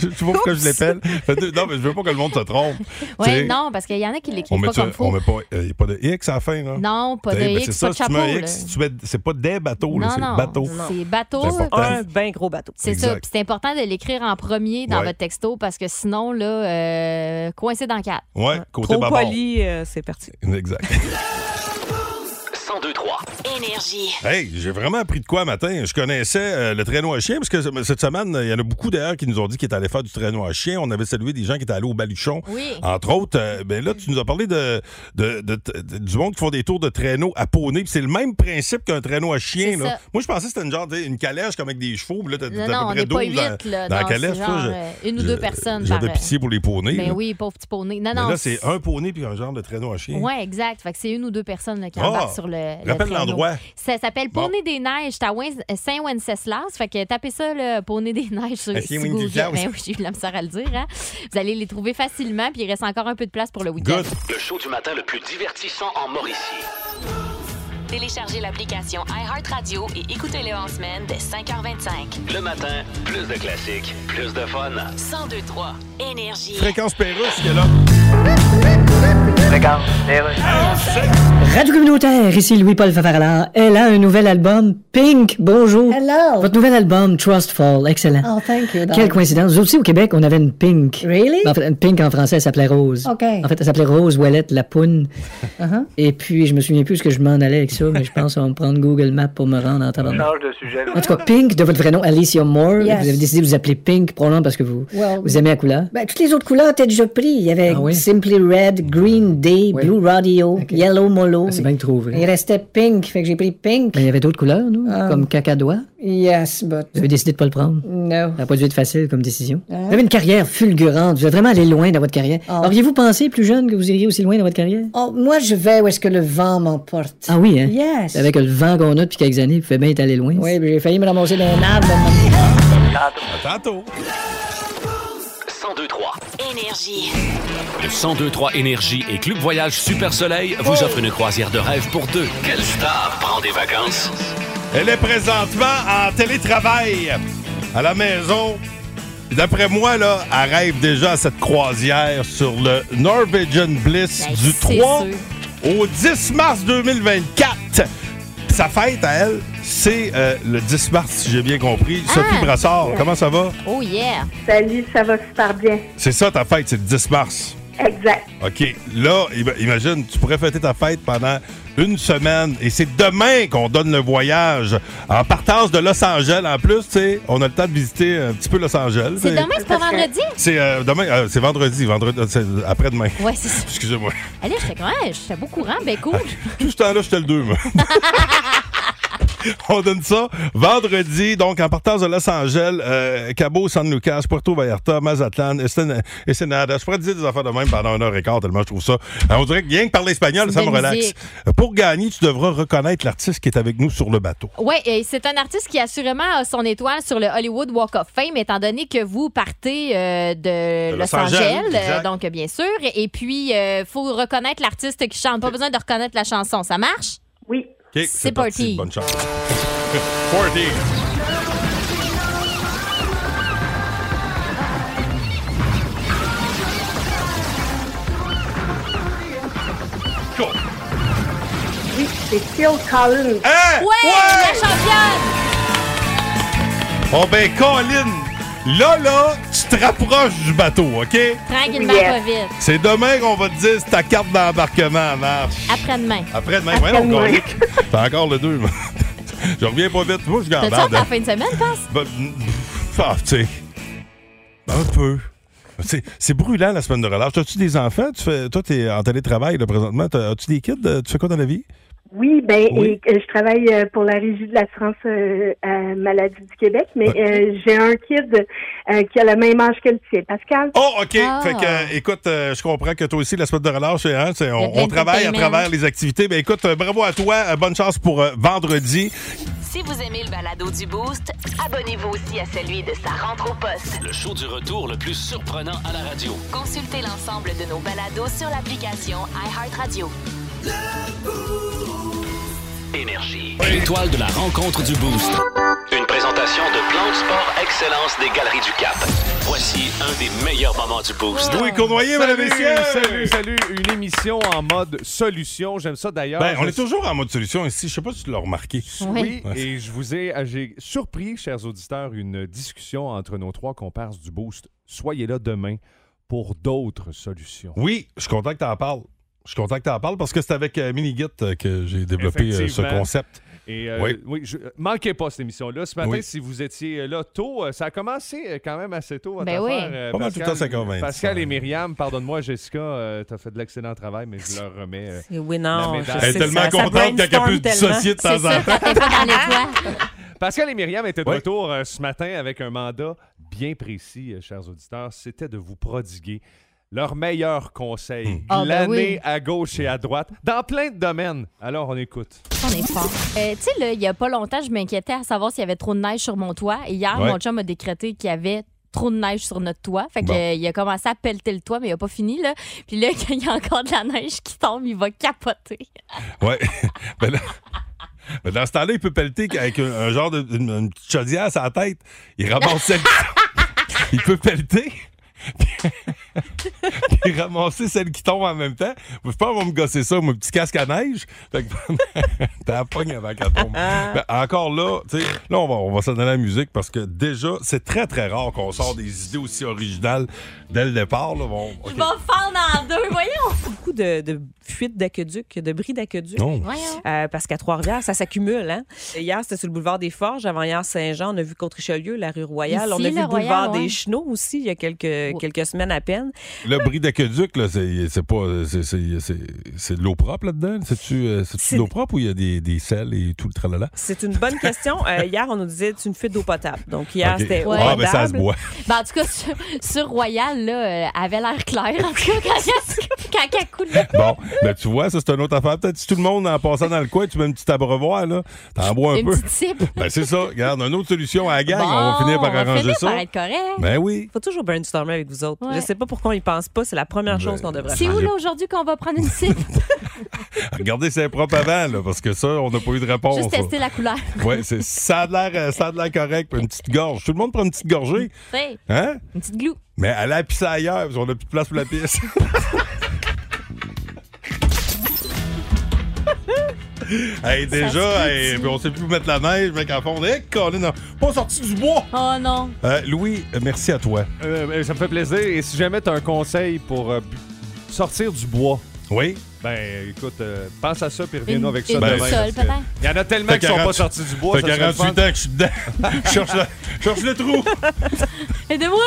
C: tu vois pourquoi E je l'appelle? Non, mais je veux pas que le monde se trompe. Tu
H: Ouais,
C: sais,
H: non, parce qu'il y en a qui
C: On
H: l'écrivent
C: met,
H: pas
C: ça-
H: comme
C: on
H: faut.
C: met pas, il n'y a pas de X à la fin, là.
H: Non, pas de
C: T'sais, ben,
H: X,
C: c'est
H: pas de
C: ça, si tu mets un
H: chapeau,
C: X,
H: là.
C: si tu mets- c'est pas des bateaux, là,
H: Non, non,
C: c'est bateau.
H: c'est bateau.
C: C'est important.
I: Un bien gros bateau.
H: C'est ça. Puis c'est important de l'écrire en premier dans
C: Ouais.
H: votre texto parce que sinon, là, euh, coincé dans le cadre.
C: Ouais, côté
I: Trop
C: bâbord.
I: poli, euh, c'est parti.
C: Exact.
B: 1023.
A: Énergie.
C: Hey, j'ai vraiment appris de quoi matin. Je connaissais euh, le traîneau à chien, parce que ce- cette semaine, il y en a beaucoup d'ailleurs qui nous ont dit qu'ils étaient allés faire du traîneau à chien. On avait salué des gens qui étaient allés au baluchon.
H: Oui.
C: Entre autres, euh, ben là, tu nous as parlé de, de- de- de- du monde qui font des tours de traîneau à poney. Puis C'est le même principe qu'un traîneau à chien.
H: C'est
C: là.
H: ça.
C: Moi, je pensais que c'était une genre t'sais, une calèche comme avec des chevaux. Puis là, t'as
H: Non,
C: t'as à
H: non, on
C: peu près
H: n'est pas
C: 12 dans-
H: huit, là.
C: dans la
H: Non,
C: calèche.
H: c'est
C: ça,
H: genre
C: je-
H: euh, une ou deux personnes par...
C: J'avais
H: euh,
C: pitié pour les poneys.
H: Ben
C: là.
H: oui, pauvre petit poney. Non,
C: Mais
H: non.
C: là, c'est un poney puis un genre de traîneau à chien.
H: Oui, exact. Fait que c'est une ou deux personnes là, qui
C: Ah!
H: embarquent sur le. le
C: Rappelle
H: traîneau.
C: l'endroit.
H: Ça s'appelle
C: Bon.
H: Poney des Neiges. C'est à Wins- Saint-Wenceslas. Fait que tapez ça, le Poney des Neiges sur
C: Ah, c'est
H: sur Google.
C: Wenceslas.
H: Ben oui, j'ai eu la misère à le dire. hein. Vous allez les trouver facilement, puis il reste encore un peu de place pour le week-end.
B: Le show du matin le plus divertissant en Mauricie.
A: Téléchargez l'application iHeartRadio et écoutez-le en semaine dès 5h25.
B: Le matin, plus de classiques, plus de fun.
A: 1023 Énergie.
C: Fréquence Pérusse qui est là.
E: Radio communautaire, ici Louis-Paul Favarala. Elle a un nouvel album, Pink. Bonjour.
F: Hello.
E: Votre nouvel album, Trust Fall, excellent.
F: Oh, thank you.
E: Quelle coïncidence. Nous aussi, au Québec, on avait une Pink.
F: Really? Oh,
E: En fait, une Pink en français, elle s'appelait Rose.
F: OK.
E: En fait, elle s'appelait Rose Ouellette Lapoune.
F: Uh-huh.
E: Et puis, je me souviens plus ce que je m'en allais avec ça, mais je pense qu'on va me prendre Google Maps pour me rendre en tabarnak.
M: Change de sujet.
E: En tout cas, Pink, de votre vrai nom, Alicia Moore.
F: Yes.
E: Vous avez décidé de vous appeler Pink, probablement parce que vous,
F: Well,
E: vous aimez la couleur.
F: Ben, toutes les autres couleurs étaient déjà prises. Il y avait
E: Ah oui?
F: Simply Red, Green Day, Blue Radio, Yellow Molo.
E: Ah, C'est bien trouvé.
F: Il restait Pink, fait que j'ai pris Pink.
E: Ben, il y avait d'autres couleurs, non?
F: Euh,
E: Comme cacadois.
F: Yes, but
E: Vous avez décidé de pas le prendre.
F: no.
E: Ça n'a pas dû être facile comme décision.
F: Hein?
E: Vous avez une carrière fulgurante. Vous êtes vraiment allé loin dans votre carrière.
F: Ah.
E: Auriez-vous pensé, plus jeune, que vous iriez aussi loin dans votre carrière?
F: Oh, moi, je vais où est-ce que le vent m'emporte.
E: Ah oui, hein?
F: Yes.
E: Avec le vent qu'on a depuis quelques années, vous pouvez bien être allé loin.
F: Oui, puis j'ai failli me ramasser dans un arbre.
C: Tantôt.
B: 1023.
A: Énergie.
G: Le 1023 Énergie et Club Voyage Super Soleil vous offrent une croisière de rêve pour deux.
B: Quelle star prend des vacances?
C: Elle est présentement en télétravail à la maison. Et D'après moi, là, elle rêve déjà à cette croisière sur le Norwegian Bliss
L: Ben,
C: du
L: c'est
C: 3
L: sûr.
C: au 10 mars 2024. Sa fête à elle, c'est euh, le 10 mars, si j'ai bien compris.
L: Ah!
C: Sophie Brassard, comment ça va?
H: Oh yeah!
D: Salut, ça va super bien.
C: C'est ça ta fête, c'est le 10 mars.
D: Exact.
C: OK. Là, im- imagine, tu pourrais fêter ta fête pendant une semaine et c'est demain qu'on donne le voyage en partage de Los Angeles. En plus, tu sais, on a le temps de visiter un petit peu Los Angeles.
H: C'est demain, c'est pas
D: Parfait.
H: vendredi?
C: C'est euh, demain, euh, c'est vendredi, vendredi, euh, c'est après-demain.
H: Ouais, c'est ça.
C: Excusez-moi.
H: Allez, j'étais quand même, j'étais pas au courant, ben cool.
C: Tout ce temps-là, j'étais le 2, moi. On donne ça vendredi, donc en partant de Los Angeles, euh, Cabo, San Lucas, Puerto Vallarta, Mazatlan, Esten- Ensenada. Je pourrais te dire des affaires de même pendant une heure et quart, tellement je trouve ça. Euh, on dirait que rien que parler espagnol,
H: C'est
C: ça me
H: une belle
C: relaxe.
H: musique.
C: Euh, Pour gagner, tu devras reconnaître l'artiste qui est avec nous sur le bateau.
H: Oui, c'est un artiste qui assurément a son étoile sur le Hollywood Walk of Fame, étant donné que vous partez euh, de,
C: De Los
H: Los Angeles,
C: Angeles, exact.
H: euh, donc bien sûr. Et puis, il faut reconnaître l'artiste qui chante. Pas besoin de reconnaître la chanson. Ça marche?
D: Oui.
C: OK,
H: C'est parti.
C: parti. Bonne chance. Party. Cool.
D: Oui, c'est Phil Collins.
C: Hein?
H: Ouais, la championne!
C: Oh ben Colin, là là, tu tu te rapproches du bateau, OK?
H: Tranquillement,
C: Yeah.
H: pas vite.
C: C'est demain qu'on va te dire si ta carte d'embarquement marche.
H: Après-demain.
C: Après-demain,
H: Après-demain.
C: voyons, Colique. T'as encore le 2, Je reviens pas vite. Moi, je
H: T'as-tu
C: gambarde.
H: hâte à la fin de semaine, pense?
C: Ben, mm, pff, ah, tu sais. Un peu. C'est- C'est brûlant la semaine de relâche. As-tu des enfants? Tu fais, toi, t'es en télétravail là, présentement. T'as- As-tu des kids? Euh, Tu fais quoi dans la vie?
M: Oui, ben,
C: Oui.
M: et, euh, je travaille euh, pour la Régie de l'assurance euh, euh, maladie du Québec, mais euh, j'ai un kid euh, qui a le même âge que le tien, Pascal.
C: Oh, OK.
M: Ah.
C: Fait que, euh, écoute, euh, je comprends que toi aussi, la semaine de relâche, hein, c'est-
M: Il y a
C: on,
M: plein
C: on
M: de
C: travaille à
M: paiements.
C: travers les activités. Ben, écoute, euh, bravo à toi. Euh, bonne chance pour euh, vendredi.
A: Si vous aimez le balado du Boost, abonnez-vous aussi à celui de sa rentre au poste.
G: Le show du retour le plus surprenant à la radio.
A: Consultez l'ensemble de nos balados sur l'application iHeartRadio.
B: Énergie.
G: L'étoile de la rencontre du Boost.
B: Une présentation de Plan de Sport Excellence des Galeries du Cap. Voici un des meilleurs moments du Boost.
O: Oui,
C: Cournoyer,
O: Salut,
C: mesdames et messieurs!
O: Salut, salut. Une émission en mode solution. J'aime ça d'ailleurs.
C: Ben, on
O: Ah, Je-
C: est toujours en mode solution ici. Je sais pas si tu l'as remarqué.
O: Oui, et je vous ai, j'ai surpris, chers auditeurs, une discussion entre nos trois comparses du Boost. Soyez là demain pour d'autres solutions.
C: Oui, je suis content que tu en parles. Je suis content que tu en parles parce que c'est avec euh, Minigit euh, que j'ai développé euh, ce
O: Effectivement.
C: concept.
O: Et euh,
C: Oui.
O: oui, je- manquez pas cette émission-là. Ce matin,
C: Oui.
O: si vous étiez là tôt, euh, ça a commencé euh, quand même assez tôt. Votre
H: Ben oui.
O: affaire, euh,
C: Pas mal tout le temps, ça commence.
O: Pascal et Myriam, pardonne-moi, Jessica, tu as fait de l'excellent travail, mais je leur remets. euh,
I: Oui, non, je
O: la médaille.
I: sais, Elle est tellement ça- ça contente qu'elle brainstorm peut tellement. dissocier de temps C'est en ça, temps. quand elle fait dans les
O: Pascal et Myriam étaient de retour euh, ce matin avec un mandat bien précis, euh, chers auditeurs. C'était de vous prodiguer leurs meilleurs conseils,
H: Ah, ben oui.
O: l'année à gauche et à droite, dans plein de domaines. Alors, on écoute.
H: On est fort. Euh, tu sais, là, il y a pas longtemps, je m'inquiétais à savoir s'il y avait trop de neige sur mon toit. Et hier,
O: Ouais.
H: mon chum a décrété qu'il y avait trop de neige sur notre toit. Fait que
O: Bon.
H: euh, il a commencé à pelleter le toit, mais il a pas fini, là. Puis là, quand il y a encore de la neige qui tombe, il va capoter.
C: Oui. ben là- ben dans ce temps-là, il peut pelleter avec un, un genre de une, une petite chaudière à sa tête. Il ramasse celle Il peut pelleter. puis- puis ramasser celle qui tombe en même temps. Je pense qu'on va me gosser ça, mon petit casque à neige. Fait que t'as la pogne avant qu'elle tombe.
I: Ah.
C: Ben, encore là, tu sais, là, on va, on va s'en aller à la musique parce que déjà, c'est très, très rare qu'on sort des idées aussi originales dès le départ. Là. Bon,
H: Il va fendre en deux, voyons!
I: Beaucoup de, de fuites d'aqueduc, de bris d'aqueduc.
C: Non.
I: Euh, parce qu'à Trois-Rivières, ça s'accumule. Hein? Hier, c'était sur le boulevard des Forges. Avant-hier, Saint-Jean. On a vu Côte-Richelieu, la rue Royale.
H: Ici,
I: on a vu
H: le
I: le boulevard
H: Royal, ouais.
I: des Chenaux aussi, il y a quelques, quelques semaines à peine.
C: Le bris d'aqueduc, là, c'est c'est pas. c'est- c'est- c'est- C'est de l'eau propre là-dedans? C'est-tu euh, c'est-tu de l'eau propre ou il y a des, des sels et tout le tralala?
I: C'est une bonne question. Euh, hier, on nous disait c'est une fuite d'eau potable. Donc, hier,
C: Ok.
I: c'était.
C: Ah, ben, ça se
I: potable.
C: boit.
H: Ben, en tout cas, sur, sur Royal, là, euh, avait l'air clair. En tout cas, quand elle- quand elle coulait.
C: Bon, ben tu vois, ça c'est une autre affaire. Peut-être si tout le monde en passant dans le coin, tu mets un petit abreuvoir, là, t'en bois un
H: Une
C: peu.
H: petite cible.
C: Ben c'est ça. Regarde, une autre solution à la gang,
I: Bon,
C: on va finir par
I: on va
C: arranger
I: finir
C: ça.
I: par être correct.
C: Ben oui.
I: Faut toujours brainstormer avec vous autres.
H: Ouais.
I: Je sais pas pourquoi on y pense pas. C'est la
C: Ben,
I: première chose qu'on devrait
H: C'est
I: faire.
H: où, là, aujourd'hui, qu'on va prendre une cible?
C: Regardez, c'est propre avant, là, parce que ça, on n'a pas eu de réponse.
H: Juste tester la couleur.
O: Oh,
C: Oui, ça a de l'air euh, ça a de l'air correct, puis une petite gorge. Tout le monde prend une petite gorgée.
H: Hey,
C: Hein?
H: une petite glou.
C: Mais allez à pisser ailleurs, parce qu'on n'a plus de place pour la pisse. hey,
H: se
C: déjà, hey, puis on sait plus où mettre la neige, mec, en fond. on est collé, non. Pas sorti du bois!
H: Oh non!
C: Euh, Louis, euh, merci à toi.
O: Euh, euh, ça me fait plaisir. Et si jamais tu as un conseil pour euh, bu- sortir du bois.
C: Oui.
O: Ben, écoute, euh, pense à ça puis
C: Une-
O: reviens-nous avec ça
C: une
O: demain.
C: boussole,
O: parce que
C: peut-être.
O: Il y en a tellement
C: Fait
O: qui sont
C: 40
O: pas sortis du bois.
C: Fait
O: ça serait le
C: 48 ans
O: fun.
C: que je suis dedans. cherche, le, cherche le trou.
H: Aidez-moi!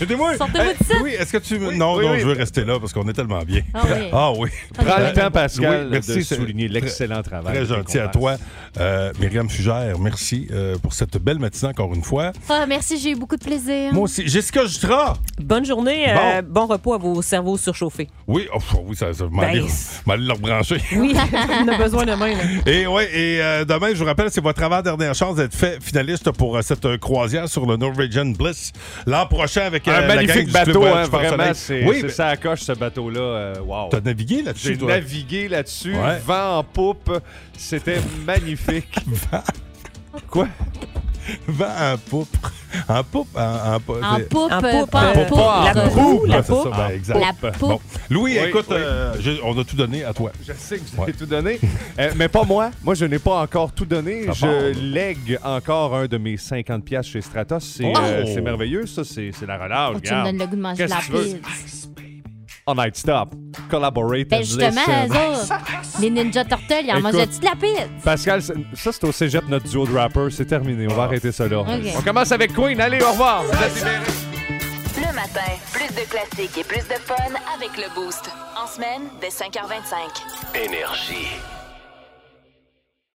C: Aidez-moi.
H: Sortez-moi de
C: Oui, est-ce que tu. me- non,
O: oui,
C: non,
O: oui.
C: je veux rester là parce qu'on est tellement bien.
H: Ah oui.
O: Prends le temps, Pascal,
C: Oui,
O: de
C: c'est
O: souligner
C: très-
O: l'excellent travail.
C: Très
O: des
C: gentil à
O: comparses.
C: toi. Euh, Myriam Fugère, merci euh, pour cette belle matinée encore une fois.
H: Ah, merci, j'ai eu beaucoup de plaisir.
C: Moi aussi. Jessica Jutra.
I: Bonne journée.
C: Bon.
I: euh, bon repos à vos cerveaux surchauffés.
C: Oui, oh, pff, oui, ça, ça m'a
I: Ben,
C: allé-
I: c'est-
C: m'a allé le rebrancher.
I: Oui, on a besoin demain. Là.
C: Et ouais, et euh, demain, je vous rappelle, c'est votre avant-dernière chance d'être fait finaliste pour euh, cette euh, croisière sur le Norwegian Bliss l'an prochain avec euh,
O: Un
C: la gang
O: magnifique
C: du
O: bateau,
C: Club,
O: hein,
C: euh, du Fort
O: vraiment.
C: Soleil.
O: C'est
C: Oui,
O: c'est
C: mais
O: ça accroche, ce bateau-là. euh, wow.
C: t'as navigué là-dessus,
O: J'ai
C: toi.
O: navigué là-dessus,
C: Ouais.
O: vent en poupe. C'était magnifique. Quoi?
C: Vent en poupe. En poupe. En, en, pou-
H: En
C: c'est-
H: poupe, En poupe, pas en
C: poupe.
H: poupe.
C: Ah,
H: La
C: en
H: poupe, la
C: Ah, c'est ça,
H: poupe.
C: ben, exact.
H: La poupe.
C: Bon. Louis,
O: Oui,
C: écoute,
O: oui.
C: euh, je- on a tout donné à toi.
O: Je sais que je l'ai tout donné, euh, mais pas moi. Moi, je n'ai pas encore tout donné.
C: Ça part, là.
O: Je lègue encore un de mes 50 piastres chez Stratos. C'est
C: Oh!
O: euh, c'est merveilleux, ça. C'est c'est la relâche.
H: Oh, tu me
O: regarde.
H: donnes le goût de manger de
O: Qu'est-ce
H: la
O: que tu veux?
H: pizza.
O: On night stop. Collaborate
H: Ben
O: and
H: justement,
O: listen.
H: eux autres, les Ninja Turtles, ils en
O: Écoute.
H: mangeaient-tu de la pizza?
O: Pascal, c'est- ça, c'est au cégep, notre duo de rappers. C'est terminé. On
C: Ah.
O: va arrêter ça là.
H: Ok.
O: On commence avec Queen. Allez, au revoir. Vous êtes libérés.
A: Le matin, plus de classiques et plus de fun avec le Boost. En semaine, dès 5h25.
B: Énergie.